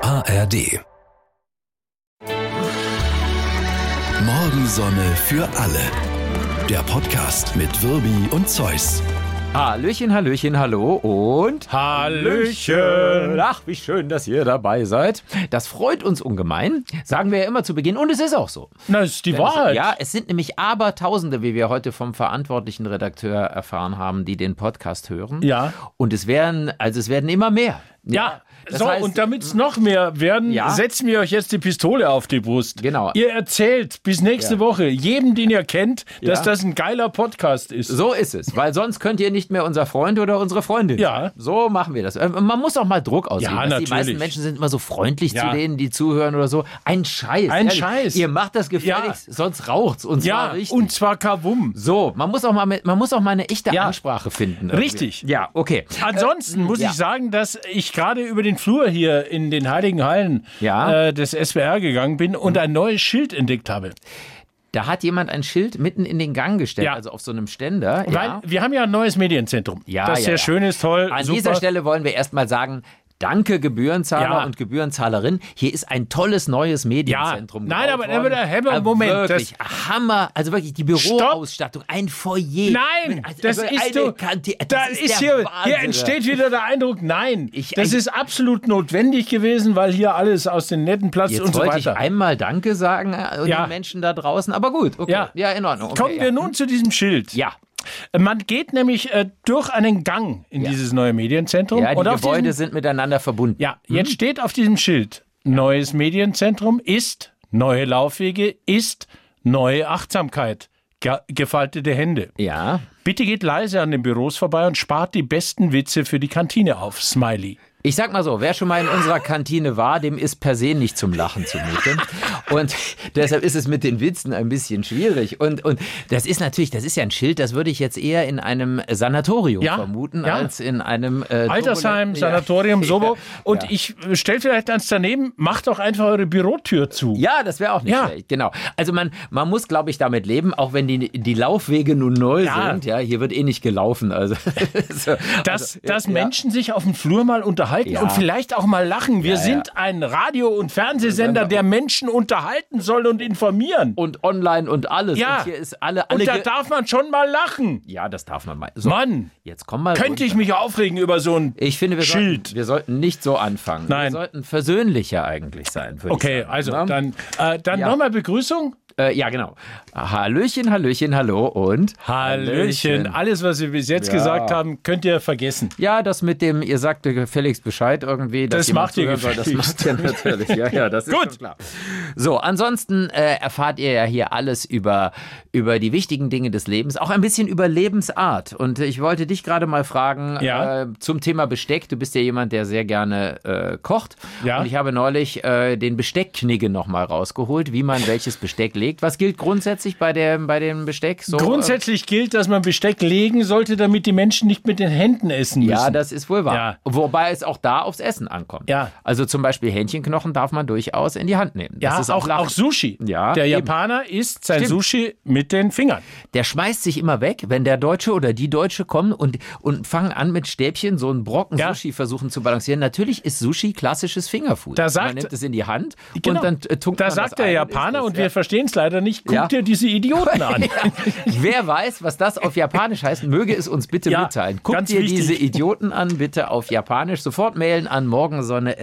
ARD. Morgensonne für alle. Der Podcast mit Wirbi und Zeus. Hallöchen, Hallöchen, hallo und Hallöchen. Ach, wie schön, dass ihr dabei seid. Das freut uns ungemein, sagen wir ja immer zu Beginn und es ist auch so. Na, ist die Denn es- Wahrheit. Ja, es sind nämlich Abertausende, wie wir heute vom verantwortlichen Redakteur erfahren haben, die den Podcast hören. Ja. Und es werden, also es werden immer mehr. Ja, das so, heißt- und damit es noch mehr werden, Ja. setzen wir euch jetzt die Pistole auf die Brust. Genau. Ihr erzählt bis nächste Woche jedem, den ihr kennt, dass Ja. das ein geiler Podcast ist. So ist es, weil sonst könnt ihr nicht mehr unser Freund oder unsere Freundin. Ja. sein. So machen wir das. Äh, Man muss auch mal Druck ausüben. Ja, Weißt du, natürlich. Die meisten Menschen sind immer so freundlich Ja. zu denen, die zuhören oder so. Ein Scheiß. Ein Scheiß. Ihr macht das gefälligst, sonst raucht's. Und zwar ja, richtig. und zwar kabum. so, man muss auch mal, mit, man muss auch mal eine echte Ja. Ansprache finden. irgendwie. Richtig. Ja, okay. Ansonsten muss äh, ja. ich sagen, dass ich gerade über den Flur hier in den Heiligen Hallen Ja. Mhm. äh, des SWR gegangen bin und ein neues Schild entdeckt habe. Da hat jemand ein Schild mitten in den Gang gestellt, Ja. also auf so einem Ständer. ja. Weil wir haben ja ein neues Medienzentrum. Ja, das ja, sehr ja. schön ist, toll. An super. dieser Stelle wollen wir erstmal sagen, danke Gebührenzahler Ja. und Gebührenzahlerin. Hier ist ein tolles neues Medienzentrum. Ja. Nein, gebaut aber- aber worden. da- Heber, Aber Moment, Wirklich, Hammer. Also wirklich die Büroausstattung, ein Foyer. Nein, Mit- also das eine ist so. Kante- das Da ist ist, der hier, Wahnsinn. hier entsteht wieder der Eindruck, nein, Ich- das ich- ist absolut notwendig gewesen, weil hier alles aus dem netten Platz Jetzt und so wollte ich weiter. einmal Danke sagen äh, an Ja. die Menschen da draußen, aber gut, okay. Ja. in Ordnung. Okay, Kommen wir ja. nun zu diesem Schild. Ja. Man geht nämlich äh, durch einen Gang in Ja. dieses neue Medienzentrum. Ja, die und um- auf Gebäude diesem, sind Hm? miteinander verbunden. ja jetzt steht auf diesem Schild, neues Medienzentrum ist neue Laufwege, ist neue Achtsamkeit, ge gefaltete Hände. Ja. Bitte geht leise an den Büros vorbei und spart die besten Witze für die Kantine auf, Smiley. Ich sag mal so, wer schon mal in unserer Kantine war, dem ist per se nicht zum Lachen zumute. Und deshalb ist es mit den Witzen ein bisschen schwierig. Und, und das ist natürlich, das ist ja ein Schild, das würde ich jetzt eher in einem Sanatorium Ja, vermuten, ja. als in einem äh, Altersheim, turbulenten- Sanatorium, Sobo. Und Ja. ich stelle vielleicht eins daneben, macht doch einfach eure Bürotür zu. Ja, das wäre auch nicht Ja. schlecht, genau. Also man, man muss, glaube ich, damit leben, auch wenn die, die Laufwege nun neu Ja. sind. Ja, hier wird eh nicht gelaufen. Also, so, Dass, also, dass Menschen sich auf dem Flur mal unterhalten Ja. und vielleicht auch mal lachen. Wir Ja, ja. sind ein Radio- und Fernsehsender, der Menschen unterhalten soll und informieren. Und online und alles. Ja. Und hier ist alle, alle Und da ge- darf man schon mal lachen. ja, das darf man mal. So, Mann, jetzt komm mal könnte ich mich aufregen über so ein Ich finde, wir, Schild. Sollten, wir sollten nicht so anfangen. Nein. Wir sollten versöhnlicher eigentlich sein. würde Okay, ich sagen, also ne? dann, äh, dann Ja. nochmal Begrüßung. Äh, ja, genau. Hallöchen, Hallöchen, hallo und. Hallöchen. Alles, was wir bis jetzt gesagt haben, könnt ihr vergessen. Ja, das mit dem, ihr sagte gefälligst Bescheid irgendwie. Dass Das jemand macht ihr zuhören soll, Das gefälligst. macht ihr natürlich. Ja, ja, das ist Gut. schon klar. So, ansonsten äh, erfahrt ihr ja hier alles über, über die wichtigen Dinge des Lebens, auch ein bisschen über Lebensart. Und ich wollte dich gerade mal fragen Ja. äh, zum Thema Besteck. Du bist ja jemand, der sehr gerne äh, kocht. Ja. Und ich habe neulich äh, den Besteckknigge nochmal rausgeholt, wie man welches Besteck legt. Was gilt grundsätzlich bei dem, bei dem Besteck? So, äh, Grundsätzlich gilt, dass man Besteck legen sollte, damit die Menschen nicht mit den Händen essen müssen. Ja, das ist wohl wahr. Ja. Wobei es auch da aufs Essen ankommt. Ja. Also zum Beispiel Hähnchenknochen darf man durchaus in die Hand nehmen. ja, das ist auch, auch, auch Sushi. Ja, der eben. Japaner isst sein Stimmt. Sushi mit den Fingern. Der schmeißt sich immer weg, wenn der Deutsche oder die Deutsche kommen und, und fangen an mit Stäbchen so einen Brocken Ja. Sushi versuchen zu balancieren. Natürlich ist Sushi klassisches Fingerfood. Da man sagt- nimmt es in die Hand Genau. und dann äh, tunkt Da man das sagt der ein Japaner, isst und es. wir Ja. verstehen es leider nicht, guck Ja. dir diese Idioten an. Wer weiß, was das auf Japanisch heißt, möge es uns bitte Ja, mitteilen. Guckt ganz dir wichtig. diese Idioten an, bitte auf Japanisch. Sofort mailen an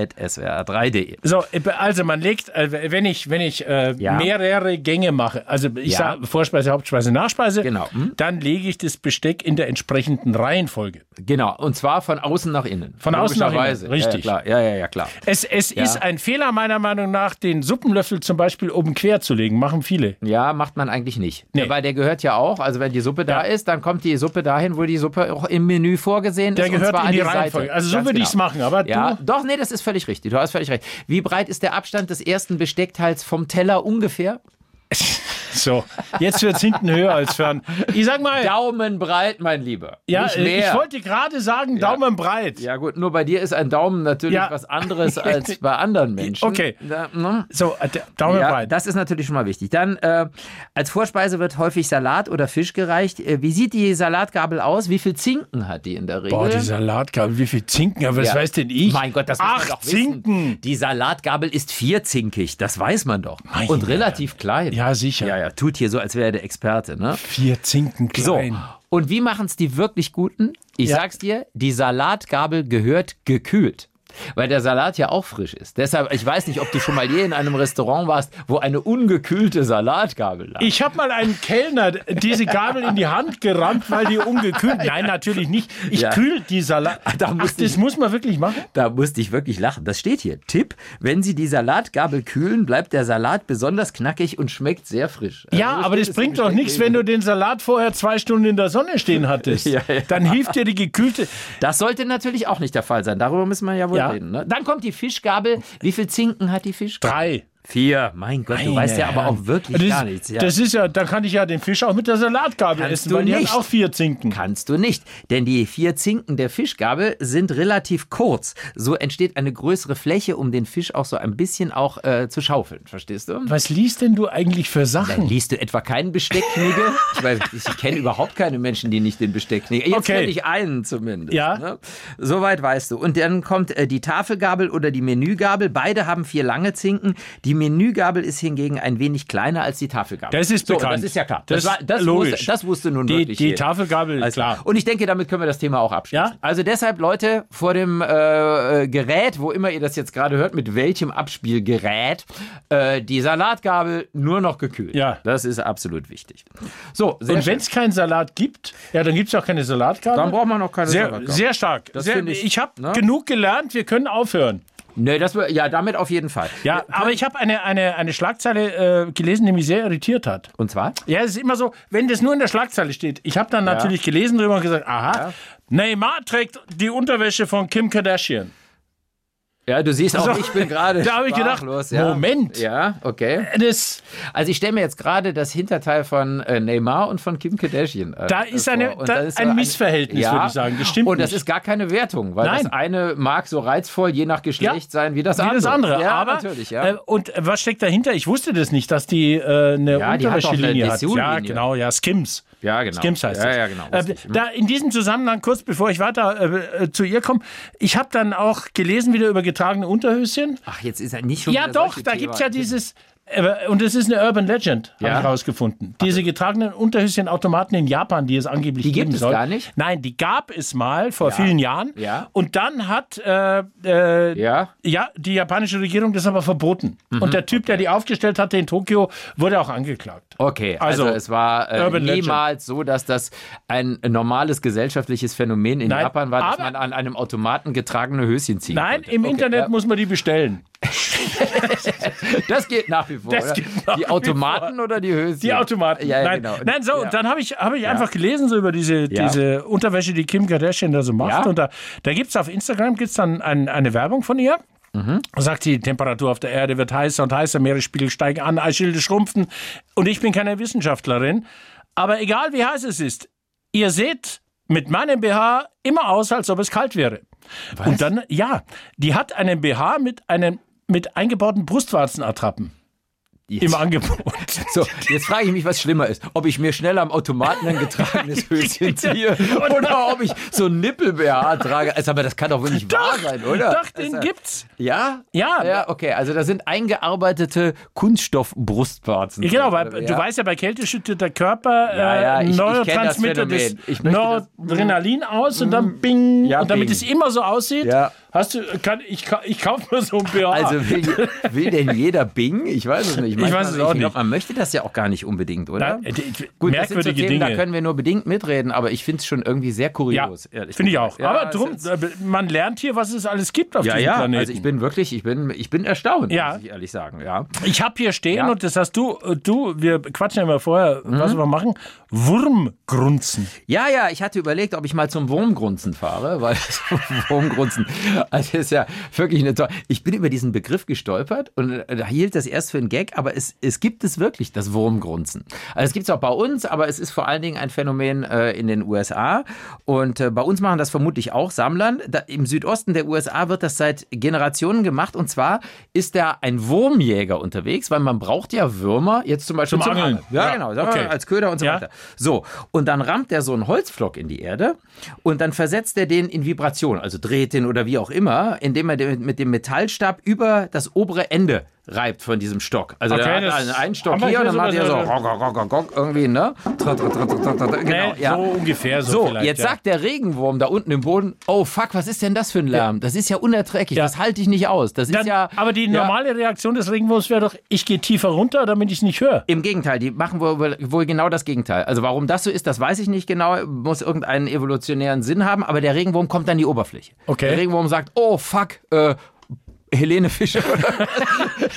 morgensonne.swr3.de. So, also man legt, äh, wenn ich, wenn ich äh, Ja. mehrere Gänge mache, also ich Ja. sage Vorspeise, Hauptspeise, Nachspeise, Genau. Hm. dann lege ich das Besteck in der entsprechenden Reihenfolge. Genau, und zwar von außen nach innen. Von außen nach innen, Logischerweise. richtig. Ja, ja, klar. Ja, ja, ja, klar. Es, es ist ein Fehler meiner Meinung nach, den Suppenlöffel zum Beispiel oben quer zu legen. Machen viele. Ja, macht man eigentlich nicht. Nee. Weil der gehört ja auch, also wenn die Suppe da ist, dann kommt die Suppe dahin, wo die Suppe auch im Menü vorgesehen Der ist. gehört und zwar in die an die Reihenfolge. Seite. Also so Ganz würde genau. ich es machen. Aber Ja, du, doch, nee, das ist völlig richtig. Du hast völlig recht. Wie breit ist der Abstand des ersten Besteckteils vom Teller ungefähr? So, jetzt wird es hinten höher als fern. Ich sag mal, Daumen breit, mein Lieber. Äh. ja, Nicht äh, mehr. ich wollte gerade sagen, Daumen breit. ja gut, nur bei dir ist ein Daumen natürlich Ja. was anderes als bei anderen Menschen. Okay. Da, ne? So, äh, der Daumen Ja, breit. das ist natürlich schon mal wichtig. Dann äh, als Vorspeise wird häufig Salat oder Fisch gereicht. Äh, wie sieht die Salatgabel aus? Wie viel Zinken hat die in der Regel? Boah, die Salatgabel, wie viel Zinken, aber was Ja. weiß denn ich? Mein Gott, das muss man Acht doch Zinken. wissen. Die Salatgabel ist vierzinkig, das weiß man doch. Meine Und relativ klein. Ja, sicher. Ja, ja, tut hier so, als wäre er der Experte, ne? Vier Zinken So. klein. Und wie machen es die wirklich Guten? Ich Ja. sag's dir, die Salatgabel gehört gekühlt. Weil der Salat ja auch frisch ist. Deshalb, ich weiß nicht, ob du schon mal je in einem Restaurant warst, wo eine ungekühlte Salatgabel lag. Ich habe mal einem Kellner diese Gabel in die Hand gerammt, weil die ungekühlt. Nein, natürlich nicht. Ich Ja. kühl die Salat. Da Ach, muss das ich- muss man wirklich machen. Da musste ich wirklich lachen. Das steht hier. Tipp, wenn Sie die Salatgabel kühlen, bleibt der Salat besonders knackig und schmeckt sehr frisch. Also Ja, aber das bringt doch nichts, wenn du den Salat vorher zwei Stunden in der Sonne stehen hattest. Ja, ja. Dann hilft dir die gekühlte. Das sollte natürlich auch nicht der Fall sein. Darüber müssen wir ja wohl Ja. reden. Ne? Dann kommt die Fischgabel. Wie viel Zinken hat die Fischgabel? Drei. Vier. Mein Gott, du Meine weißt ja aber Herren. auch wirklich das, gar nichts. Ja. Das ist ja, da kann ich ja den Fisch auch mit der Salatgabel Kannst essen, du weil die nicht. hat auch vier Zinken. Kannst du nicht, denn die vier Zinken der Fischgabel sind relativ kurz. So entsteht eine größere Fläche, um den Fisch auch so ein bisschen auch äh, zu schaufeln. Verstehst du? Was liest denn du eigentlich für Sachen? Liest du etwa keinen Besteckknigge? Ich, weiß, ich kenne überhaupt keine Menschen, die nicht den Besteckknigge. Jetzt Okay. kenne ich einen zumindest. Ja. Ne? Soweit weißt du. Und dann kommt äh, die Tafelgabel oder die Menügabel. Beide haben vier lange Zinken. Die Menügabel ist hingegen ein wenig kleiner als die Tafelgabel. Das ist so, bekannt. Das ist ja klar. Das das, logisch. Wusste, das wusste nun Die- wirklich die jeder. Tafelgabel, Alles klar. Und ich denke, damit können wir das Thema auch abschließen. Ja. Also deshalb, Leute, vor dem äh, äh, Gerät, wo immer ihr das jetzt gerade hört, mit welchem Abspielgerät, äh, die Salatgabel nur noch gekühlt. Ja. Das ist absolut wichtig. So, sehr Und schön. wenn es keinen Salat gibt, ja, dann gibt es auch keine Salatgabel. Dann braucht man auch keine sehr, Salatgabel. sehr stark. Sehr, finde ich ich- habe ne? genug gelernt, wir können aufhören. Nee, das, wär- ja, damit auf jeden Fall. Ja, aber ich habe eine, eine, eine Schlagzeile äh, gelesen, die mich sehr irritiert hat. Und zwar? Ja, es ist immer so, wenn das nur in der Schlagzeile steht. Ich habe dann natürlich gelesen drüber und gesagt, aha, Neymar trägt die Unterwäsche von Kim Kardashian. Ja, du siehst auch, So. ich bin gerade Da hab ich gedacht, sprachlos, ja. Moment. Ja, okay. Das, Also ich stelle mir jetzt gerade das Hinterteil von äh, Neymar und von Kim Kardashian äh, Da ist vor. eine- Und da- das ist ein so Missverhältnis, würde ich sagen. Das stimmt Und das nicht. ist gar keine Wertung, weil Nein. das eine mag so reizvoll je nach Geschlecht Ja, sein wie das wie andere. das andere. Ja, aber, natürlich, ja. äh, und was steckt dahinter? Ich wusste das nicht, dass die äh, eine Ja, die hat doch eine Unterwäschelinie hat. Ja, Dessous-Linie. genau, ja, Skims. Ja, genau. Skims heißt Ja, das. ja, genau, Äh, richtig. da in diesem Zusammenhang, kurz bevor ich weiter äh, äh, zu ihr komme, ich habe dann auch gelesen wieder über getragene Unterhöschen. Ach, jetzt ist er nicht schon ja, wieder doch, solche da Themen. gibt es ja dieses. äh, Und es ist eine Urban Legend, Ja? habe ich rausgefunden. Diese getragenen Unterhöschenautomaten in Japan, die es angeblich Die gibt geben es soll. gar nicht? Nein, die gab es mal vor vielen Jahren. Ja. Und dann hat äh, äh, Ja. Mhm. ja, die japanische Regierung das aber verboten. Und der Typ, der die aufgestellt hatte in Tokio, wurde auch angeklagt. Okay, also, Also, es war äh, Urban Legend. niemals so, dass das ein normales gesellschaftliches Phänomen in Nein, Japan war, dass aber- man an einem Automaten getragene Höschen ziehen Nein, konnte. im Okay, Internet ja. muss man die bestellen. Das geht nach wie vor. Das oder? geht nach wie die Automaten oder die Höschen? Die Automaten. Ja, ja Nein. genau. Nein, so, ja. dann habe ich, hab ich einfach gelesen so über diese, Ja. diese Unterwäsche, die Kim Kardashian da so macht. Ja. Und da, da gibt es auf Instagram gibt's dann ein, eine Werbung von ihr. Mhm. Sagt die Temperatur auf der Erde wird heißer und heißer, Meeresspiegel steigen an, Eisschilde schrumpfen. Und ich bin keine Wissenschaftlerin. Aber egal wie heiß es ist, ihr seht mit meinem BH immer aus, als ob es kalt wäre. Und dann, ja, die hat einen BH mit einem mit eingebauten Brustwarzenattrappen Jetzt- im Angebot. So, jetzt frage ich mich, was schlimmer ist. Ob ich mir schnell am Automaten ein getragenes Höschen ziehe oder ob ich so einen Nippel-BH trage. Also, aber das kann doch wohl nicht wahr sein, oder? Doch, den also, gibt's. Ja? Ja. Ja, okay. Also, da sind eingearbeitete Kunststoff-Brustwarzen. Ja, genau, weil drin, oder? du ja. weißt ja, bei Kälte schüttet der Körper Ja, ja, äh, ich- ich kenn das Neurotransmitter des Phänomen. Ich möchte das- Mm. Noradrenalin aus und dann bing. Ja, und damit bing. es immer so aussieht, Ja. hast du, kann, ich, ka- ich kaufe mir so ein BH. Also will, will denn jeder Bing? Ich weiß es nicht. Ich weiß es auch ich nicht. man möchte das ja auch gar nicht unbedingt, oder? Nein, äh, d- d- Gut, das sind so merkwürdige Themen, da Dinge. können wir nur bedingt mitreden, aber ich finde es schon irgendwie sehr ja, kurios. ehrlich finde ich gesagt. auch. Ja, Aber es drum, ist- äh, man lernt hier, was es alles gibt auf Ja, diesem ja, Planeten. also ich bin wirklich, ich bin, ich bin erstaunt, Ja. muss ich ehrlich sagen. Ja. ich habe hier stehen, Ja. Mhm. und das hast du, äh, du, wir quatschen ja immer vorher, was wir machen, Wurmgrunzen. ja, ja, ich hatte überlegt, ob ich mal zum Wurmgrunzen fahre, weil Wurmgrunzen Also ist ja wirklich eine tolle. Ich bin über diesen Begriff gestolpert und äh, da hielt das erst für einen Gag, aber es, es gibt es wirklich, das Wurmgrunzen. Also es gibt es auch bei uns, aber es ist vor allen Dingen ein Phänomen äh, in den USA. Und äh, bei uns machen das vermutlich auch Sammlern. Da, Im Südosten der USA wird das seit Generationen gemacht und zwar ist da ein Wurmjäger unterwegs, weil man braucht ja Würmer, jetzt zum Beispiel Zum Angeln. Ja, Ja, genau, sagen wir okay. mal, als Köder und so Ja. weiter. So, und dann rammt er so einen Holzflock in die Erde und dann versetzt er den in Vibration, also dreht den oder wie auch immer, indem er den mit dem Metallstab über das obere Ende reibt von diesem Stock. Also Okay, der hat das einen, einen haben Stock wir hier und hier dann macht so- er so rock, rock, rock, rock, rock, irgendwie, ne? Tr- tr- tr- tr- tr- tr- Genau, Nee, ja. Äh, So ungefähr so. So, vielleicht, jetzt ja. sagt der Regenwurm da unten im Boden, oh fuck, was ist denn das für ein Lärm? Das ist ja unerträglich, das halte ich nicht aus. Das Dann, ist ja aber die ja, normale Reaktion des Regenwurms wäre doch, ich gehe tiefer runter, damit ich es nicht höre. Im Gegenteil, die machen wohl, wohl genau das Gegenteil. Also warum das so ist, das weiß ich nicht genau, muss irgendeinen evolutionären Sinn haben, aber der Regenwurm kommt an die Oberfläche. Okay. Der Regenwurm sagt, oh fuck, äh, Helene Fischer.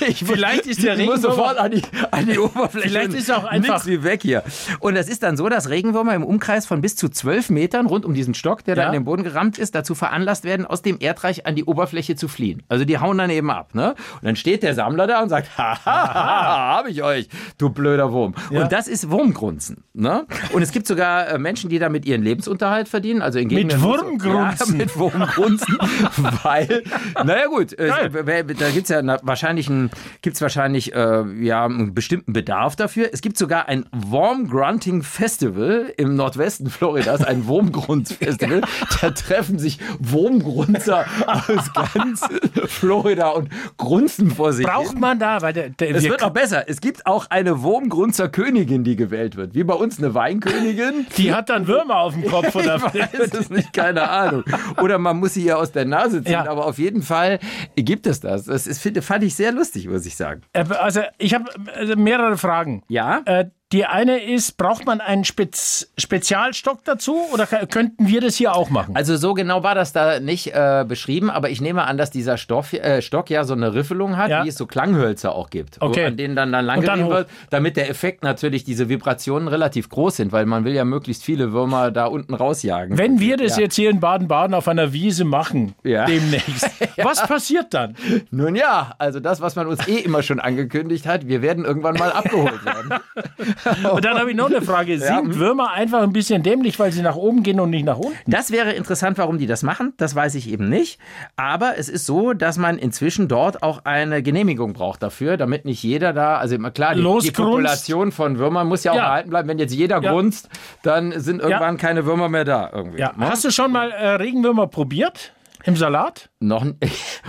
ich muss- Vielleicht ist der Ich muss Regenwurm- sofort an die, an die Oberfläche. Vielleicht und ist er auch einfach- nix wie weg hier. Und das ist dann so, dass Regenwürmer im Umkreis von bis zu zwölf Metern rund um diesen Stock, der Ja. da in den Boden gerammt ist, dazu veranlasst werden, aus dem Erdreich an die Oberfläche zu fliehen. Also die hauen dann eben ab. Ne? Und dann steht der Sammler da und sagt, haha, hab ich euch, du blöder Wurm. Und das ist Wurmgrunzen. Ne? Und es gibt sogar äh, Menschen, die damit ihren Lebensunterhalt verdienen. Also in Gegenden- Wurmgrunzen? Ja, mit Wurmgrunzen, weil, naja gut, äh, Geil. wer- da gibt es ja na- wahrscheinlich, einen, gibt's wahrscheinlich äh, ja, einen bestimmten Bedarf dafür. Es gibt sogar ein Worm Grunting Festival im Nordwesten Floridas, ein Wurmgrunz-Festival. Da treffen sich Wurmgrunzer aus ganz Florida und grunzen vor sich. hin. Braucht man da, weil der, der Es wir- wird noch besser. Es gibt auch eine Wurmgrunzer Königin, die gewählt wird. Wie bei uns eine Weinkönigin. die hat dann Würmer auf dem Kopf oder Ich weiß es nicht, keine Ahnung. Oder man muss sie ja aus der Nase ziehen, Ja. aber auf jeden Fall gibt es das. Das ist, finde- fand ich sehr lustig, muss ich sagen. Äh, Also ich habe mehrere Fragen. Ja? Äh, Die eine ist, braucht man einen Spez Spezialstock dazu oder k- könnten wir das hier auch machen? Also so genau war das da nicht äh, beschrieben, aber ich nehme an, dass dieser Stoff, äh, Stock ja so eine Riffelung hat, Ja. wie es so Klanghölzer auch gibt, Okay. wo, an denen dann, dann lang Und dann gerieben hoch. wird, damit der Effekt natürlich diese Vibrationen relativ groß sind, weil man will ja möglichst viele Würmer da unten rausjagen. Wenn wir das ja. jetzt hier in Baden-Baden auf einer Wiese machen, Ja. demnächst, was passiert dann? Nun ja, also das, was man uns eh immer schon angekündigt hat, wir werden irgendwann mal abgeholt werden. Und dann habe ich noch eine Frage. Mhm. Sind Würmer einfach ein bisschen dämlich, weil sie nach oben gehen und nicht nach unten? Das wäre interessant, warum die das machen. Das weiß ich eben nicht. Aber es ist so, dass man inzwischen dort auch eine Genehmigung braucht dafür, damit nicht jeder da, also immer klar, die, die Losgrunzt. Population von Würmern muss ja auch Ja. erhalten bleiben. Wenn jetzt jeder Ja. grunzt, dann sind irgendwann keine Würmer mehr da irgendwie. ne? Ja. Hast du schon mal äh, Regenwürmer probiert? Im Salat? Noch n-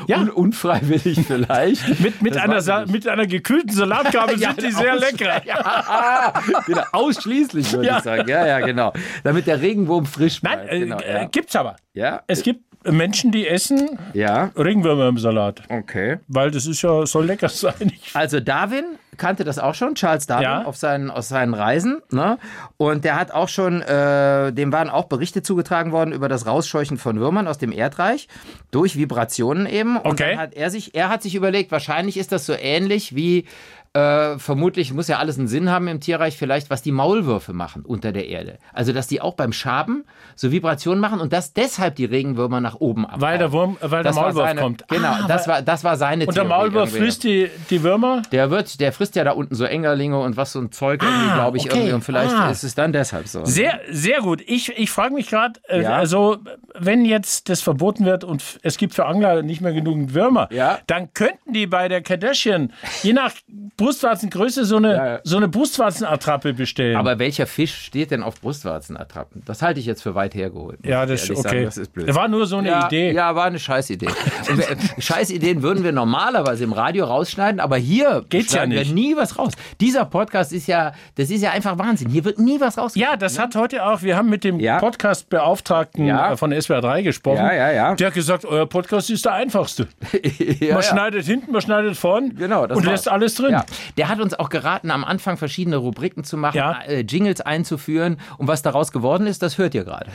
Ja. Un unfreiwillig vielleicht. Mit, mit, Das einer, weiß ich Sa mit einer gekühlten Salatgabel sind die sehr lecker. Ah, genau, ausschließlich würde Ja. ich sagen. Ja, ja, genau. Damit der Regenwurm frisch Nein, bleibt. äh, genau, äh, ja. gibt's aber. ja. Es gibt Menschen, die essen ja, Regenwürmer im Salat, okay. weil das ist ja, soll lecker sein. Ich- Also Darwin kannte das auch schon, Charles Darwin Ja. auf seinen, aus seinen Reisen. Ne? Und der hat auch schon, äh, dem waren auch Berichte zugetragen worden über das Rausscheuchen von Würmern aus dem Erdreich durch Vibrationen eben. Und Okay. dann hat er sich, er hat sich überlegt, wahrscheinlich ist das so ähnlich wie äh, vermutlich muss ja alles einen Sinn haben im Tierreich, vielleicht was die Maulwürfe machen unter der Erde. Also, dass die auch beim Schaben so Vibrationen machen und dass deshalb die Regenwürmer nach oben abhauen. Weil der Wurm, äh, weil der Das war Maulwurf seine, kommt. Genau, Ah, das, war, das war seine und der Theorie Maulwurf irgendwie. frisst die, die Würmer. Der wird, der frisst ja da unten so Engerlinge und was so ein Zeug irgendwie, glaube ich, Ah, okay. irgendwie. Und vielleicht Ah. ist es dann deshalb so. Sehr, sehr gut. Ich, ich frage mich gerade, äh, Ja. also wenn jetzt das verboten wird und f- es gibt für Angler nicht mehr genügend Würmer, Ja. dann könnten die bei der Kardashian je nach Brustwarzengröße so eine, Ja, ja. So eine Brustwarzenattrappe bestellen. Aber welcher Fisch steht denn auf Brustwarzenattrappen? Das halte ich jetzt für weit hergeholt. muss ja, ich das ist ehrlich okay. sagen. Das ist blöd. War nur so eine ja, Idee. ja, war eine Scheißidee. Und wir, Scheißideen würden wir normalerweise im Radio rausschneiden, aber hier Geht's ja schneiden nicht. wir nie was raus. Dieser Podcast ist ja, das ist ja einfach Wahnsinn. Hier wird nie was raus. Ja, das hat heute auch, wir haben mit dem Ja. Podcast-Beauftragten Ja. äh, von SWR 3 gesprochen. Ja, ja, ja. Der hat gesagt, euer Podcast ist der einfachste. ja, Man schneidet hinten, man schneidet vorn Genau, das und war's. lässt alles drin. Ja. Der hat uns auch geraten, am Anfang verschiedene Rubriken zu machen, Ja. äh, Jingles einzuführen. Und was daraus geworden ist, das hört ihr gerade.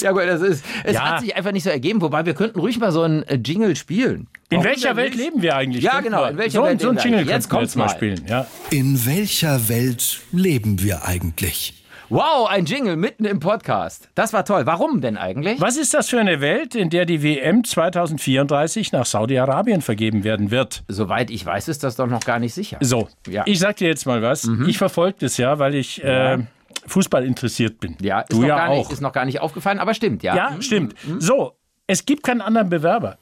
ja, gut, das ist, es Ja. hat sich einfach nicht so ergeben. Wobei wir könnten ruhig mal so einen äh, Jingle spielen. In Warum welcher denn Welt nicht? leben wir eigentlich? Ja, Stimmt genau, mal. in welcher so, Welt So leben ein wir Jingle eigentlich? jetzt Jetzt kommt kommt's jetzt mal mal. spielen. Ja. In welcher Welt leben wir eigentlich? Wow, ein Jingle mitten im Podcast. Das war toll. Warum denn eigentlich? Was ist das für eine Welt, in der die WM 2034 nach Saudi-Arabien vergeben werden wird? Soweit ich weiß, ist das doch noch gar nicht sicher. So, Ja. Mhm. ich sag dir jetzt mal was. Ich verfolge das ja, weil ich äh, Fußball interessiert bin. Ja, ist du noch ja gar auch. nicht, ist Mhm. noch gar nicht aufgefallen, aber stimmt, ja. ja, stimmt. So, es gibt keinen anderen Bewerber.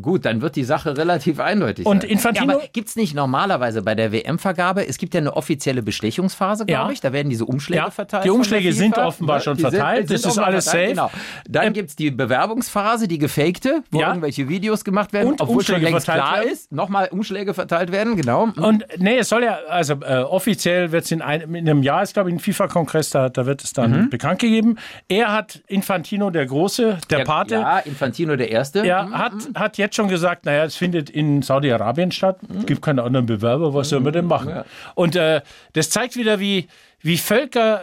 Gut, dann wird die Sache relativ eindeutig. Und sein. Infantino- Ja, aber gibt es nicht normalerweise bei der WM-Vergabe, es gibt ja eine offizielle Bestechungsphase, glaube Ja. ich. Da werden diese Umschläge Ja, verteilt. die von der Umschläge sind FIFA. offenbar schon die sind- verteilt, sind das ist offenbar alles safe. Ähm, Genau. Dann gibt es die Bewerbungsphase, die gefakte, wo Ja. irgendwelche Videos gemacht werden, Und obwohl Umschläge schon längst verteilt klar werden. ist. Nochmal Umschläge verteilt werden, genau. Und nee, es soll ja, also äh, offiziell wird es in, einem- in einem Jahr, ist glaube ich ein FIFA-Kongress, da, da wird es dann Mhm. bekannt gegeben. Er hat Infantino, der Große, der, Pate, Ja, Infantino der Erste. Ja, hat, hat jetzt schon gesagt, naja, es findet in Saudi-Arabien statt, es gibt keine anderen Bewerber, was sollen wir denn machen? Und äh, das zeigt wieder, wie, wie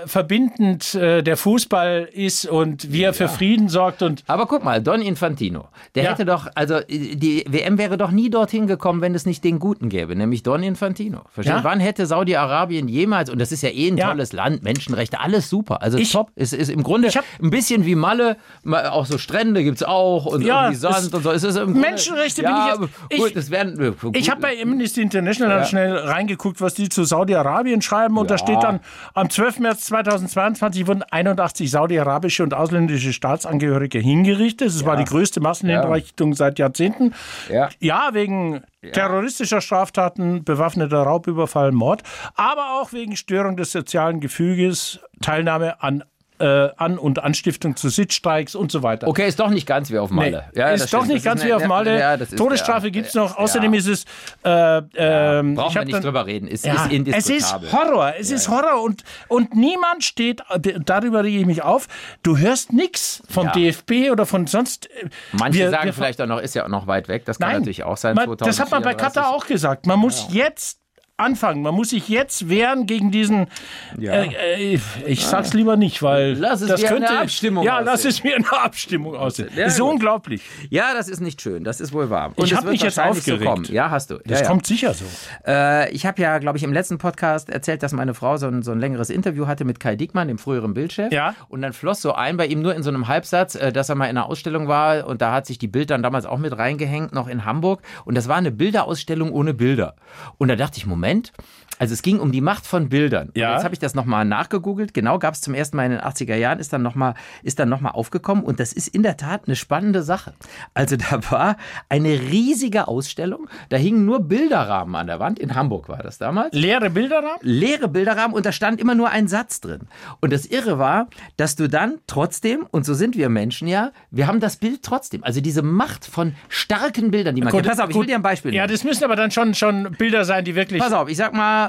völkerverbindend äh, der Fußball ist und wie er für Frieden sorgt. Und Aber guck mal, Don Infantino, der Ja. hätte doch, also äh, die WM wäre doch nie dorthin gekommen, wenn es nicht den Guten gäbe, nämlich Don Infantino. Verstehst? Ja. du? Wann hätte Saudi-Arabien jemals, und das ist ja eh ein Ja. tolles Land, Menschenrechte, alles super, also Ich- top. Es ist im Grunde Ich hab- ein bisschen wie Malle, mal auch so Strände gibt es auch und Ja, irgendwie Sand es- und so. Es ist im Grunde, Menschenrechte bin ja, ich jetzt- aber Gut, ich- es werden, äh, gut, ich habe bei Amnesty International dann schnell reingeguckt, was die zu Saudi-Arabien schreiben. Und da Ja. steht dann, am 12. März 2022 wurden 81 saudi-arabische und ausländische Staatsangehörige hingerichtet. Es war die größte Massenhinrichtung seit Jahrzehnten. ja. Ja, wegen terroristischer Straftaten, bewaffneter Raubüberfall, Mord, aber auch wegen Störung des sozialen Gefüges, Teilnahme an, äh, an und Anstiftung zu Sitzstreiks und so weiter. Okay, ist doch nicht ganz wie auf Nee, Malle. Ja, das ist doch stimmt. nicht Das ganz ist wie auf eine- Malle. ja, das ist- Todesstrafe ja, gibt's ja, noch. Außerdem ja. ist es. Äh, ähm, ich Brauchen wir hab nicht dann- drüber reden. Es ja, ist es indiskutabel. ist Horror. Es ist Horror und, und niemand steht, darüber rege ich mich auf, du hörst nichts vom Ja. DFB oder von sonst. äh, Manche wir- sagen wir- vielleicht auch noch, ist ja auch noch weit weg. Das kann Nein. natürlich auch sein. Man, das hat man bei 2034. Katar auch gesagt. Man muss jetzt anfangen. Man muss sich jetzt wehren gegen diesen. Äh, äh, ich sag's lieber nicht, weil Lass es das wie eine könnte. Abstimmung ja, aussehen. lass es mir eine Abstimmung aussehen. Ja, so gut. unglaublich. Ja, das ist nicht schön. Das ist wohl wahr. Und Ich es hab wird mich jetzt wahrscheinlich aufgeregt. So kommen. Ja, hast du. Das ja, kommt sicher so. Ja. Äh, ich habe ja, glaube ich, im letzten Podcast erzählt, dass meine Frau so ein, so ein längeres Interview hatte mit Kai Diekmann, dem früheren Bildchef. Ja. Und dann floss so ein bei ihm nur in so einem Halbsatz, äh, dass er mal in einer Ausstellung war und da hat sich die Bild dann damals auch mit reingehängt, noch in Hamburg. Und das war eine Bilderausstellung ohne Bilder. Und da dachte ich, Moment. Also es ging um die Macht von Bildern. Und Ja. Jetzt habe ich das nochmal nachgegoogelt. Genau, gab es zum ersten Mal in den 80er Jahren, ist dann nochmal noch mal aufgekommen. Und das ist in der Tat eine spannende Sache. Also da war eine riesige Ausstellung. Da hingen nur Bilderrahmen an der Wand. In Hamburg war das damals Leere Bilderrahmen? leere Bilderrahmen und da stand immer nur ein Satz drin. Und das Irre war, dass du dann trotzdem, und so sind wir Menschen ja, wir haben das Bild trotzdem. Also diese Macht von starken Bildern, die man Gut, kennt. Pass auf, ich gut. will dir ein Beispiel Ja, nennen. das müssen aber dann schon, schon Bilder sein, die wirklich. Pass auf, ich sag mal,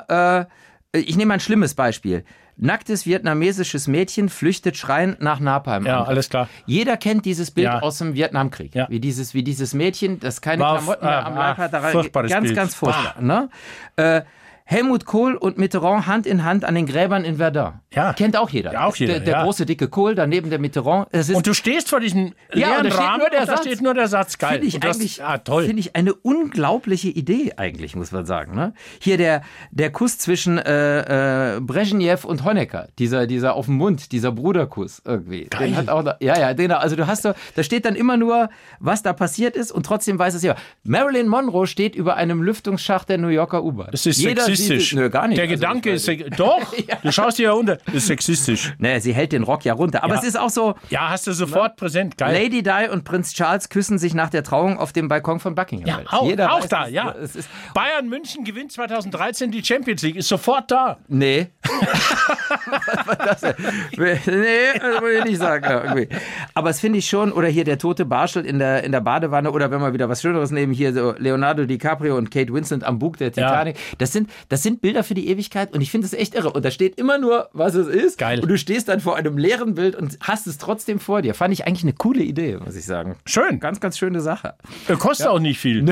äh, ich nehme mal ein schlimmes Beispiel. Nacktes vietnamesisches Mädchen flüchtet schreiend nach Napalm. Ja, an. alles klar. Jeder kennt dieses Bild Ja. aus dem Vietnamkrieg. Ja. Wie, dieses, wie dieses Mädchen, das keine War auf- Klamotten mehr ah, am Leib ah, hat. daran- furchtbares ganz, Bild. ganz furchtbar. Ne? Äh, Helmut Kohl und Mitterrand Hand in Hand an den Gräbern in Verdun. Ja. Kennt auch jeder. Ja, auch jeder, Der, der ja. große, dicke Kohl, daneben der Mitterrand. Es ist Und du stehst vor diesem Ja, und leeren da steht Rahmen nur der und da Satz. steht nur der Satz. Geil. Finde ich Und das- eigentlich ah, toll. Finde ich eine unglaubliche Idee, eigentlich, muss man sagen. Ne? Hier der, der Kuss zwischen äh, äh, Brezhnev und Honecker, dieser, dieser auf dem Mund, dieser Bruderkuss irgendwie. Den hat auch, ja, ja, genau. Also du hast so, da steht dann immer nur, was da passiert ist und trotzdem weiß es ja. Marilyn Monroe steht über einem Lüftungsschacht der New Yorker U-Bahn. das ist Jeder sexistisch. Sieht, es- nö, gar nicht. Der Also, ich Gedanke weiß ist. nicht. sexi- Doch, du schaust dir ja unter. Das ist sexistisch. Nee, ne, sie hält den Rock ja runter. Aber Ja. Äh. es ist auch so, Ja, hast du sofort präsent. Geil. Lady Di und Prinz Charles küssen sich nach der Trauung auf dem Balkon von Buckingham. Ja, Palace. auch, Jeder auch weiß, da, es- ja. Es ist, Bayern München gewinnt 2013 die Champions League, ist sofort da. Nee. Was war das denn? Nee, das wollte ich nicht sagen. Ja, irgendwie. Aber es finde ich schon, oder hier der tote Barschel in der, in der Badewanne, oder wenn wir wieder was Schöneres nehmen, hier so Leonardo DiCaprio und Kate Winslet am Bug der Titanic. Das, sind, das sind Bilder für die Ewigkeit und ich finde es echt irre. Und da steht immer nur, was es ist. Geil. Und du stehst dann vor einem leeren Bild und hast es trotzdem vor dir. Fand ich eigentlich eine coole Idee, muss ich sagen. Schön. Ganz, ganz schöne Sache. Äh, Kostet auch nicht viel.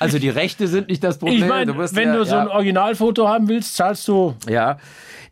also die Rechte sind nicht das Problem. Ich meine, Du wirst wenn ja- du so ja. ein Originalfoto haben willst, zahlst du. Ja.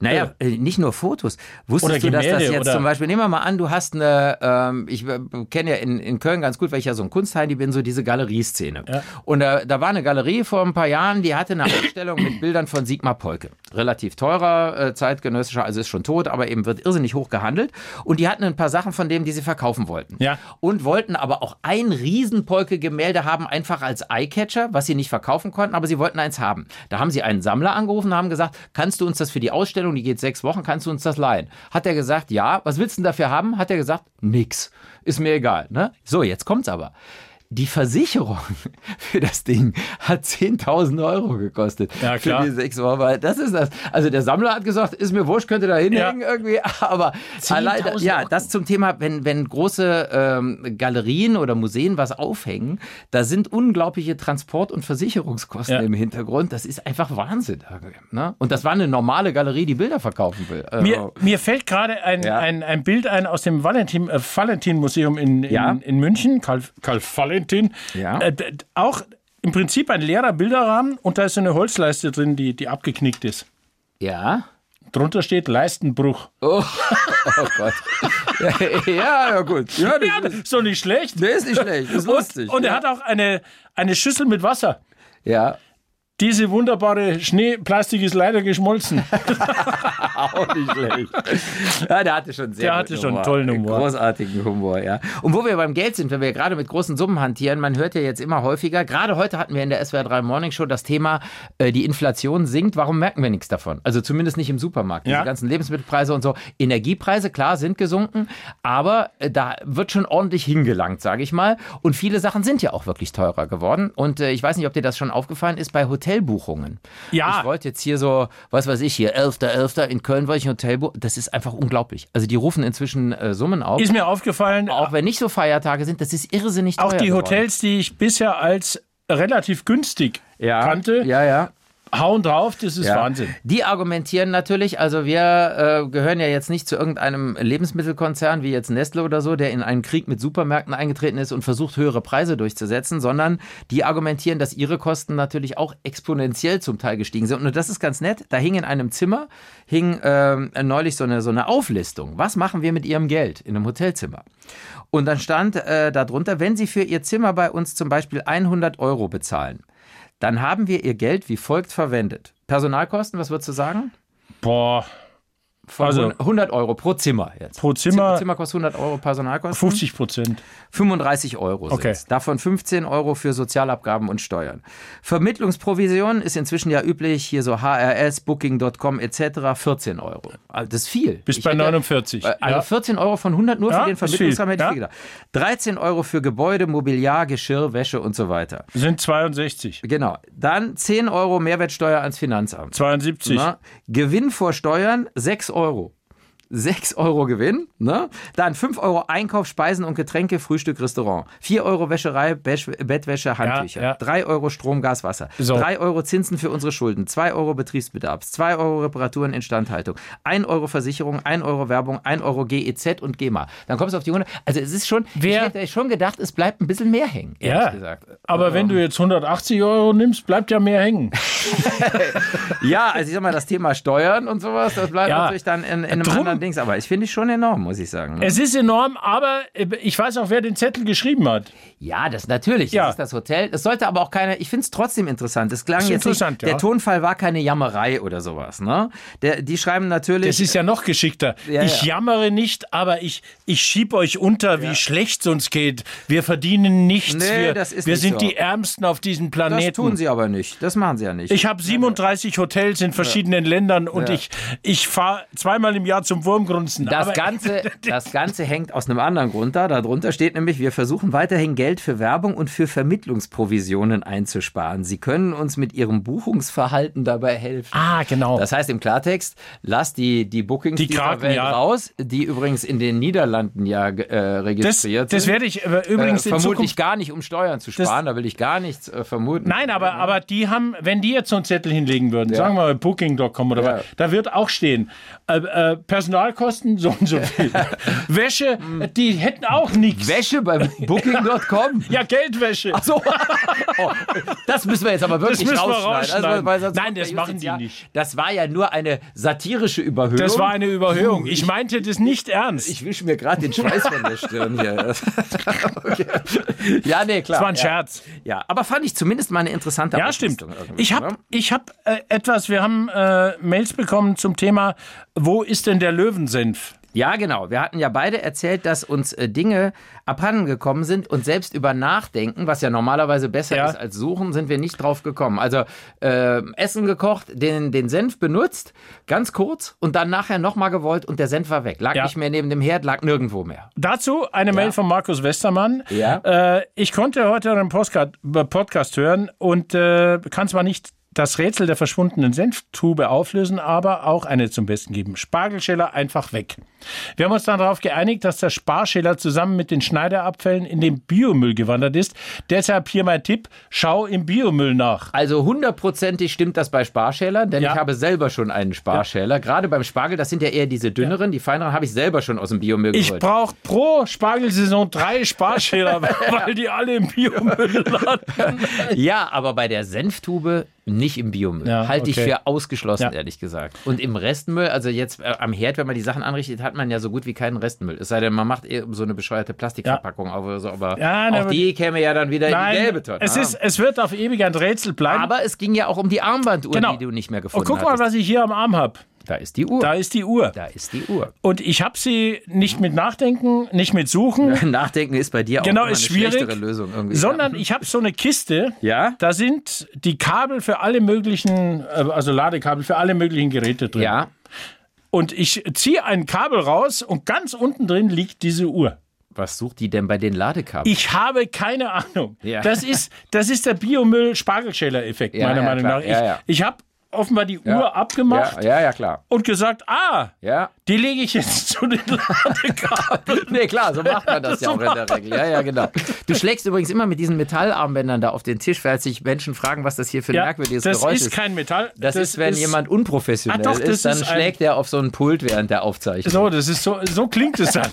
Naja, äh, nicht nur Fotos. Wusstest Oder du, dass das Gemälde jetzt oder- zum Beispiel, nehmen wir mal an, du hast eine, ähm, ich äh, kenne ja in, in Köln ganz gut, weil ich äh, ja so ein Kunstheini bin, so diese Galerieszene. Und da, da war eine Galerie vor ein paar Jahren, die hatte eine Ausstellung Ausstellung mit Bildern von Sigmar Polke. Relativ teurer äh, zeitgenössischer, also ist schon tot, aber eben wird irrsinnig hoch gehandelt. Und die hatten ein paar Sachen von dem, die sie verkaufen wollten. Ja. Und wollten aber auch ein Riesenpolke-Gemälde haben, einfach als Eyecatcher, was sie nicht verkaufen konnten, aber sie wollten eins haben. Da haben sie einen Sammler angerufen und haben gesagt, kannst du uns das für die Ausstellung, die geht sechs Wochen, kannst du uns das leihen? Hat er gesagt, ja. Was willst du denn dafür haben? Hat er gesagt, nix. Ist mir egal. Ne? So, jetzt kommt's aber. Die Versicherung für das Ding hat 10.000 Euro gekostet. Ja, klar. Für die sechs Wochen. Weil Das ist das. Also der Sammler hat gesagt, ist mir wurscht, könnte da hinhängen irgendwie. Aber allein, 10.000 Äh, ja, Euro. das zum Thema, wenn, wenn große ähm, Galerien oder Museen was aufhängen, da sind unglaubliche Transport- und Versicherungskosten Ja. im Hintergrund. Das ist einfach Wahnsinn. Ne? Und das war eine normale Galerie, die Bilder verkaufen will. Äh, Mir, mir fällt gerade ein, Ja. ein, ein Bild ein aus dem Valentin, äh, Valentin-Museum in, in, Ja. in München, Karl, Karl Valentin. Ja. Äh, d- d- auch im Prinzip ein leerer Bilderrahmen und da ist so eine Holzleiste drin, die, die abgeknickt ist. ja. Drunter steht Leistenbruch. Oh Gott. ja, ja, gut. Ja, das Ja, das ist, ist doch nicht schlecht. nee, ist nicht schlecht. Ist lustig. Und er hat auch eine, eine Schüssel mit Wasser. ja, Diese wunderbare Schneeplastik ist leider geschmolzen. auch nicht schlecht. Ja, der hatte schon sehr Der hatte guten schon tollen Humor. Großartigen Humor, ja. Und wo wir beim Geld sind, wenn wir gerade mit großen Summen hantieren, man hört ja jetzt immer häufiger, gerade heute hatten wir in der SWR 3 Morning Show das Thema, äh, die Inflation sinkt, warum merken wir nichts davon? Also zumindest nicht im Supermarkt. Ja. Diese ganzen Lebensmittelpreise und so. Energiepreise, klar, sind gesunken, aber äh, da wird schon ordentlich hingelangt, sage ich mal. Und viele Sachen sind ja auch wirklich teurer geworden. Und äh, ich weiß nicht, ob dir das schon aufgefallen ist bei Hotelbuchungen. Ja. Ich wollte jetzt hier so, was weiß ich hier, 11.11. in Köln wollte ich ein Hotel buchen. Das ist einfach unglaublich. Also die rufen inzwischen äh, Summen auf. Ist mir aufgefallen, auch wenn nicht so Feiertage sind, das ist irrsinnig teuer auch die geworden. Hotels, die ich bisher als relativ günstig ja. kannte, Ja, ja. hauen drauf, das ist Ja. Wahnsinn. Die argumentieren natürlich, also wir äh, gehören ja jetzt nicht zu irgendeinem Lebensmittelkonzern wie jetzt Nestle oder so, der in einen Krieg mit Supermärkten eingetreten ist und versucht, höhere Preise durchzusetzen, sondern die argumentieren, dass ihre Kosten natürlich auch exponentiell zum Teil gestiegen sind. Und das ist ganz nett. Da hing in einem Zimmer, hing ähm, neulich so eine, so eine Auflistung. Was machen wir mit ihrem Geld in einem Hotelzimmer? Und dann stand äh, darunter, wenn Sie für Ihr Zimmer bei uns zum Beispiel 100 Euro bezahlen, dann haben wir ihr Geld wie folgt verwendet. Personalkosten, was würdest du sagen? Boah, Von Also- 100 Euro pro Zimmer jetzt. pro Zimmer Zimmer kostet 100 Euro, Personalkosten 50 Prozent. 35 Euro sind Okay. Davon 15 Euro für Sozialabgaben und Steuern. Vermittlungsprovision ist inzwischen ja üblich, hier so HRS, Booking.com etc. 14 Euro. Also Das ist viel. Bis Ich bei hätte- 49. äh, Also ja. 14 Euro von 100 nur Ja, für den ist viel. Vermittlungsrahmen hätte ich Ja. viel gedacht. 13 Euro für Gebäude, Mobiliar, Geschirr, Wäsche und so weiter. Sind 62. Genau. Dann 10 Euro Mehrwertsteuer ans Finanzamt. 72. Ne? Gewinn vor Steuern 6 Euro. 6 Euro Gewinn, ne? Dann 5 Euro Einkauf, Speisen und Getränke, Frühstück, Restaurant. 4 Euro Wäscherei, Besch Bettwäsche, Handtücher. ja. 3 Euro Strom, Gas, Wasser. So. 3 Euro Zinsen für unsere Schulden. 2 Euro Betriebsbedarf. 2 Euro Reparaturen, Instandhaltung. 1 Euro Versicherung, 1 Euro Werbung, 1 Euro GEZ und GEMA. Dann kommst du auf die 100. Also es ist schon, Wer- ich hätte schon gedacht, es bleibt ein bisschen mehr hängen, ehrlich Ja. gesagt. Aber wenn du jetzt 180 Euro nimmst, bleibt ja mehr hängen. Ja, also ich sag mal, das Thema Steuern und sowas, das bleibt Ja. natürlich dann in, in einem Drum- anderen Dings. Aber ich finde es schon enorm, muss ich sagen. ne? Es ist enorm, aber äh, ich weiß auch, wer den Zettel geschrieben hat. Ja, das natürlich. Ja. Das ist das Hotel. Es sollte aber auch keine. Ich finde es trotzdem interessant. Es klang Ist jetzt nicht, interessant, ja. Der Tonfall war keine Jammerei oder sowas. Ne? Der, die schreiben natürlich. Es ist ja noch geschickter. Ja, ich ja. jammere nicht, aber ich, ich schieb euch unter, wie schlecht es uns geht. Wir verdienen nichts. Nee, wir das ist wir nicht sind so. die Ärmsten auf diesem Planeten. das tun sie aber nicht. Das machen sie ja nicht. Ich habe 37 Hotels in verschiedenen Ländern und Ja. ich, ich fahre zweimal im Jahr zum Wurmgrunzen. das aber Ganze, das Ganze hängt aus einem anderen Grund da. Darunter steht nämlich, wir versuchen weiterhin Geld für Werbung und für Vermittlungsprovisionen einzusparen. Sie können uns mit Ihrem Buchungsverhalten dabei helfen. Ah, genau. Das heißt im Klartext, lass die, die Bookings Die dieser Kraken, Welt ja. raus, die übrigens in den Niederlanden ja äh, das, registriert das sind. werde ich äh, übrigens äh, in vermutlich Zukunft. gar nicht, um Steuern zu sparen, da will ich gar nichts äh, vermuten. Nein, aber, aber die haben, wenn die jetzt so einen Zettel hinlegen würden, sagen wir mal Booking.com oder Ja. was, da wird auch stehen, äh, äh, Personalkosten so und so viel. Wäsche, die hätten auch nichts. Hm. Wäsche bei Booking.com? Ja, Geldwäsche. So. Oh, das müssen wir jetzt aber wirklich Das müssen wir rausschneiden. Also, rausschneiden. weil sonst Nein, kommt das der machen Justus die ja, nicht. Das war ja nur eine satirische Überhöhung. Das war eine Überhöhung. Ich meinte das nicht ernst. ich wische mir gerade den Schweiß von der Stirn hier. okay. Ja, nee, klar. das war ein ja. Scherz. Ja, aber fand ich zumindest mal eine interessante Ja, Auflistung stimmt. irgendwie, Ich ne? habe ich hab, äh, etwas, wir haben äh, Mails bekommen zum Thema, wo ist denn der Löwensenf? Ja, genau. Wir hatten ja beide erzählt, dass uns äh, Dinge abhanden gekommen sind und selbst über Nachdenken, was ja normalerweise besser Ja. ist als Suchen, sind wir nicht drauf gekommen. Also äh, Essen gekocht, den, den Senf benutzt, ganz kurz und dann nachher nochmal gewollt und der Senf war weg. Lag Ja. nicht mehr neben dem Herd, lag nirgendwo mehr. Dazu eine Mail von Markus Westermann. Ja. Äh, ich konnte heute euren Postcard, äh, Podcast hören und äh, kann zwar nicht das Rätsel der verschwundenen Senftube auflösen, aber auch eine zum Besten geben. Spargelschäler einfach weg. Wir haben uns dann darauf geeinigt, dass der Sparschäler zusammen mit den Schneiderabfällen in den Biomüll gewandert ist. Deshalb hier mein Tipp, schau im Biomüll nach. Also hundertprozentig stimmt das bei Sparschälern, denn Ja. ich habe selber schon einen Sparschäler. Gerade beim Spargel, das sind ja eher diese dünneren, die feineren habe ich selber schon aus dem Biomüll Ich geholt. brauche pro Spargelsaison drei Sparschäler, weil die alle im Biomüll landen. Ja, aber bei der Senftube nicht im Biomüll. Ja, Halte ich okay. für ausgeschlossen, Ja. ehrlich gesagt. Und im Restmüll, also jetzt äh, am Herd, wenn man die Sachen anrichtet, hat man ja so gut wie keinen Restmüll. Es sei denn, man macht eh so eine bescheuerte Plastikverpackung auf oder so, aber Ja, na, auch aber- die käme ja dann wieder in die gelbe Tonne. Ah. es, ist, es wird auf ewig ein Rätsel bleiben. aber es ging ja auch um die Armbanduhr, Genau. die du nicht mehr oh, gefunden guck mal, hattest. was ich hier am Arm habe. Da ist die Uhr. Da ist die Uhr. Da ist die Uhr. Und ich habe sie nicht mit Nachdenken, nicht mit Suchen, Nachdenken ist bei dir auch Genau, immer ist eine schwierig, schlechtere Lösung. Irgendwie. sondern ich habe so eine Kiste. Ja? Da sind die Kabel für alle möglichen, äh, also Ladekabel für alle möglichen Geräte drin. Ja, Und ich ziehe ein Kabel raus und ganz unten drin liegt diese Uhr. was sucht die denn bei den Ladekabeln? Ich habe keine Ahnung. Ja. Das, ist, das ist der Biomüll-Spargelschäler-Effekt, Ja, meiner ja, Meinung klar. nach. Ich, Ja, ja. ich habe offenbar die Uhr abgemacht Ja, ja, ja, klar. und gesagt, ah, Ja. die lege ich jetzt zu den Ladekabeln. Nee, klar, so macht man das ja So auch in der macht man Regel. Ja, ja, genau. Du schlägst übrigens immer mit diesen Metallarmbändern da auf den Tisch, falls sich Menschen fragen, was das hier für ein merkwürdiges das Geräuch ist kein Metall. das, ist, wenn jemand unprofessionell Ah, doch, das ist, dann ist ein- schlägt er auf so einen Pult während der Aufzeichnung. So, das ist so, so klingt es dann.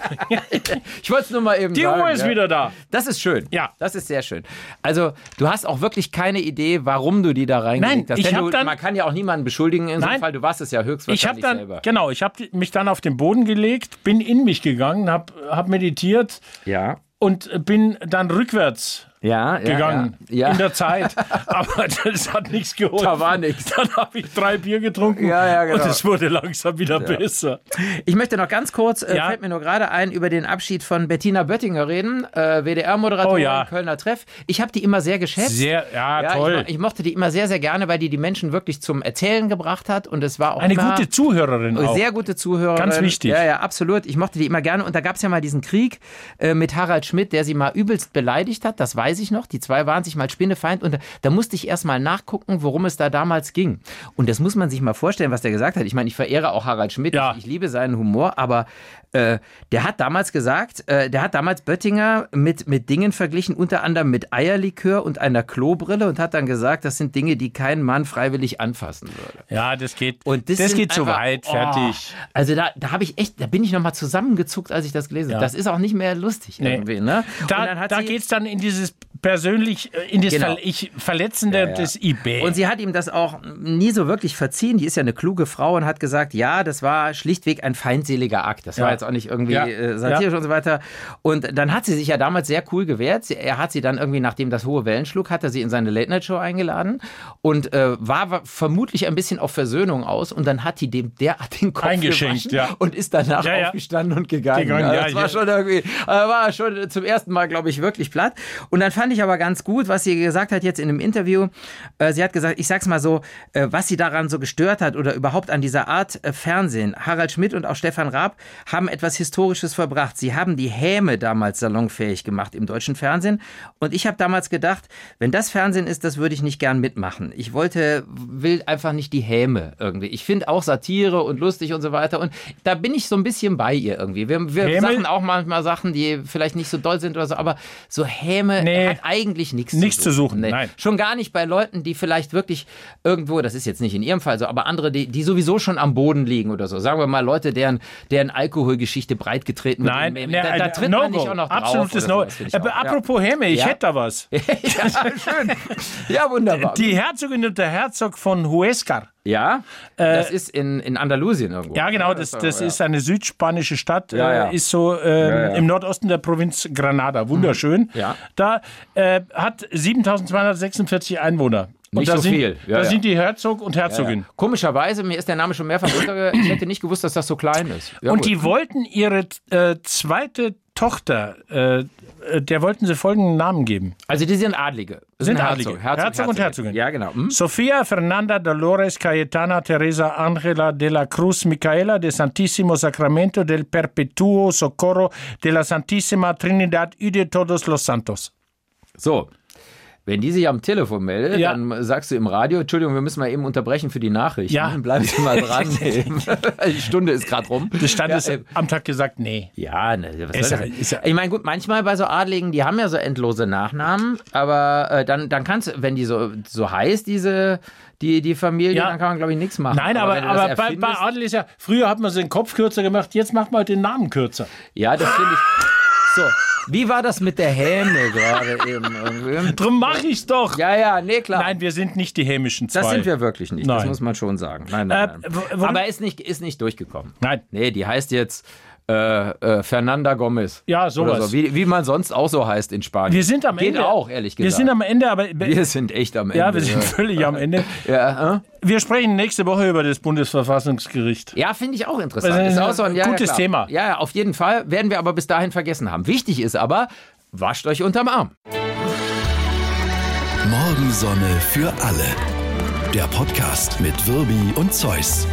Ich wollte es nur mal eben Die sagen. Uhr ist ja. wieder da. Das ist schön. Ja. Das ist sehr schön. Also, du hast auch wirklich keine Idee, warum du die da reingelegt Nein, hast. ich Denn hab du, dann- man kann ja auch niemanden beschuldigen in so einem Nein. Fall. Du warst es ja höchstwahrscheinlich Ich habe dann, selber. genau, ich habe mich dann auf den Boden gelegt, bin in mich gegangen, habe hab meditiert Ja. und bin dann rückwärts Ja, ja. gegangen Ja. ja. in der Zeit. Aber das hat nichts geholfen. Da war nichts. Dann habe ich drei Bier getrunken Ja, ja, genau. und es wurde langsam wieder besser. Ich möchte noch ganz kurz, äh, Ja. fällt mir nur gerade ein, über den Abschied von Bettina Böttinger reden, äh, WDR-Moderatorin, Oh ja. Kölner Treff. Ich habe die immer sehr geschätzt. Sehr, ja, ja, toll. Ich, mo- ich mochte die immer sehr, sehr gerne, weil die die Menschen wirklich zum Erzählen gebracht hat und es war auch Eine immer gute Zuhörerin auch. Oh, Sehr gute Zuhörerin. Ganz wichtig. Ja, ja, absolut. Ich mochte die immer gerne. Und da gab es ja mal diesen Krieg äh, mit Harald Schmidt, der sie mal übelst beleidigt hat. Das weiß ich noch. Die zwei waren sich mal Spinnefeind. Und da, da musste ich erst mal nachgucken, worum es da damals ging. Und das muss man sich mal vorstellen, was der gesagt hat. Ich meine, ich verehre auch Harald Schmidt. Ja. Ich, ich liebe seinen Humor. Aber äh, der hat damals gesagt, äh, der hat damals Böttinger mit, mit Dingen verglichen, unter anderem mit Eierlikör und einer Klobrille. Und hat dann gesagt, das sind Dinge, die kein Mann freiwillig anfassen würde. ja, das geht. Und das, das sind geht so einfach- weit, oh. fertig. Also da, da habe ich echt, da bin ich nochmal zusammengezuckt, als ich das gelesen habe. Ja. Das ist auch nicht mehr lustig Nee. irgendwie, ne? Und dann Da, hat da sie- geht es dann in dieses persönlich, äh, in das Genau. Ver ich, Verletzende des eBay. Und sie hat ihm das auch nie so wirklich verziehen. Die ist ja eine kluge Frau und hat gesagt, ja, das war schlichtweg ein feindseliger Akt. Das war Ja. jetzt auch nicht irgendwie Ja. äh, satirisch Ja. und so weiter. Und dann hat sie sich ja damals sehr cool gewehrt. Sie, er hat sie dann irgendwie, nachdem das hohe Wellen schlug, hat er sie in seine Late-Night-Show eingeladen und äh, war wa- vermutlich ein bisschen auf Versöhnung aus. Und dann hat die dem derart den Kopf Eingeschenkt, gewaschen ja. und ist danach Ja, ja. aufgestanden und gegangen. Gegangen, Also ja, das war ja. schon irgendwie, äh, war schon zum ersten Mal, glaube ich, wirklich platt. Und dann fand ich aber ganz gut, was sie gesagt hat jetzt in einem Interview. Äh, sie hat gesagt, ich sag's mal so, äh, was sie daran so gestört hat oder überhaupt an dieser Art äh, Fernsehen. Harald Schmidt und auch Stefan Raab haben etwas Historisches verbracht. Sie haben die Häme damals salonfähig gemacht im deutschen Fernsehen. Und ich habe damals gedacht, wenn das Fernsehen ist, das würde ich nicht gern mitmachen. Ich wollte, will einfach nicht die Häme irgendwie. Ich finde auch Satire und lustig und so weiter. Und da bin ich so ein bisschen bei ihr irgendwie. Wir, wir Häme Sachen auch manchmal Sachen, die vielleicht nicht so doll sind oder so, aber so Häme Nee. hat hat eigentlich nichts Nichts zu zu suchen. suchen, nein. Schon gar nicht bei Leuten, die vielleicht wirklich irgendwo, das ist jetzt nicht in ihrem Fall so, aber andere, die, die sowieso schon am Boden liegen oder so. Sagen wir mal Leute, deren, deren Alkoholgeschichte breitgetreten wird. Nein, Im- ne, da, da ein tritt man No-Go. nicht auch noch drauf. Absolutes oder No. sowas, finde ich Aber auch. Ja. apropos Häme, ich Ja. hätte da was. ja, schön. Ja, wunderbar. Die Herzogin und der Herzog von Huescar. ja, das ist in, in Andalusien irgendwo. Äh, Ja, genau, das, das ist eine südspanische Stadt, Ja, ja. äh, ist so ähm, Ja, ja. im Nordosten der Provinz Granada, wunderschön. Ja. Da äh, hat 7246 Einwohner. Und Nicht da so sind, viel. Ja, da ja. sind die Herzog und Herzogin. Komischerweise, mir ist der Name schon mehrfach untergegangen. Ich hätte nicht gewusst, dass das so klein ist. Ja, Und gut. die wollten ihre äh, zweite Tochter, äh, äh, der wollten sie folgenden Namen geben. also die sind Adlige. Das Sind Herzog. Adlige. Herzog, Herzog und Herzogin. Ja, genau. Hm? Sofia, Fernanda, Dolores, Cayetana, Teresa, Angela de la Cruz, Micaela de Santissimo Sacramento del Perpetuo Socorro de la Santissima Trinidad y de Todos los Santos. So. Wenn die sich am Telefon meldet, Ja. dann sagst du im Radio, Entschuldigung, wir müssen mal eben unterbrechen für die Nachrichten. Ja. Bleiben Sie mal dran. die Stunde ist gerade rum. Das stand Ja, es äh, am Tag gesagt, nee. Ja, ne, was Ist soll ja- das? ist ja- ich meine, gut, manchmal bei so Adligen, die haben ja so endlose Nachnamen, aber äh, dann, dann kannst du, wenn die so, so heißt, diese, die, die Familie, Ja. dann kann man, glaube ich, nichts machen. Nein, aber, wenn du das aber bei, bei erfindest- Adel ist ja, früher hat man so den Kopf kürzer gemacht, jetzt macht man halt den Namen kürzer. Ja, das finde ich. So, wie war das mit der Häme gerade eben irgendwie? Drum mach ich's doch. Ja, ja, nee, klar. Nein, wir sind nicht die hämischen zwei. das sind wir wirklich nicht, das Nein. muss man schon sagen. Nein, nein, Äh, nein. wo- worum- aber ist nicht, ist nicht durchgekommen. Nein. Nee, die heißt jetzt äh, äh, Fernanda Gomez. Ja, sowas. Oder So, wie, wie man sonst auch so heißt in Spanien. Wir sind am Geht Ende. auch, ehrlich gesagt. Wir sind am Ende, aber Wir sind echt am Ende. ja, wir sind völlig am Ende. Ja, äh? Wir sprechen nächste Woche über das Bundesverfassungsgericht. ja finde ich auch interessant. Das ist Ist ein auch so ein, ja, gutes ja, klar. Thema. Ja, ja, auf jeden Fall. Werden wir aber bis dahin vergessen haben. Wichtig ist aber, wascht euch unterm Arm. Morgensonne für alle. Der Podcast mit Wirbi und Zeus.